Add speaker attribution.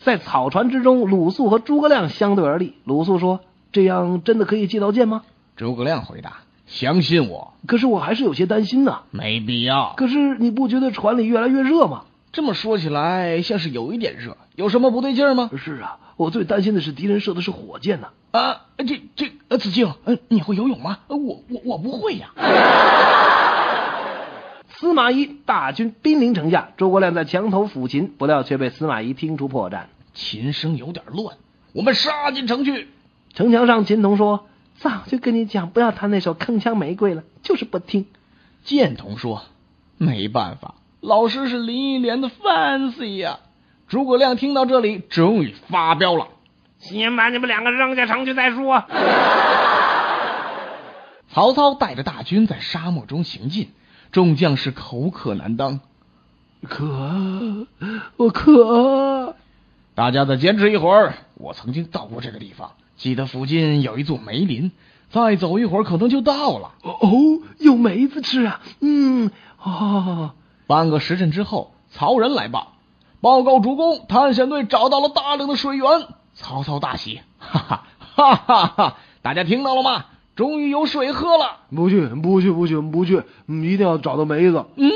Speaker 1: 在草船之中，鲁肃和诸葛亮相对而立。鲁肃说：“这样真的可以借刀剑吗
Speaker 2: 诸葛亮回答：“相信我，？”
Speaker 1: 可是我还是有些担心呐。
Speaker 2: 没必要。
Speaker 1: 可是你不觉得船里越来越热吗？
Speaker 2: 这么说起来，像是有一点热，有什么不对劲儿吗？
Speaker 1: 是啊，我最担心的是敌人射的是火箭呐、
Speaker 2: 啊，这这，呃子敬，呃，你会游泳吗？呃我我我不会呀。
Speaker 1: 司马懿大军兵临城下，诸葛亮在墙头抚琴，不料却被司马懿听出破绽。
Speaker 2: 琴声有点乱，我们杀进城去。
Speaker 1: 城墙上，秦童说：“早就跟你讲，不要弹那首《铿锵玫瑰》了，就是不听。
Speaker 2: 建同说：“没办法，老师是林忆莲的 fancy 呀、诸葛亮听到这里，终于发飙了。
Speaker 1: 先把你们两个扔下城去再说。
Speaker 2: 曹操带着大军在沙漠中行进，众将士口渴难当，
Speaker 1: 渴，我渴。
Speaker 2: 大家再坚持一会儿。我曾经到过这个地方，记得附近有一座梅林，再走一会儿可能就到了。
Speaker 1: 哦，有梅子吃啊。嗯，哦，
Speaker 2: 半个时辰之后，曹仁来报，报告主公，探险队找到了大量的水源。曹操大喜，哈哈哈哈哈！大家听到了吗？终于有水喝了。
Speaker 1: 不去，不去，不去，不去，嗯，一定要找到梅子。
Speaker 2: 嗯。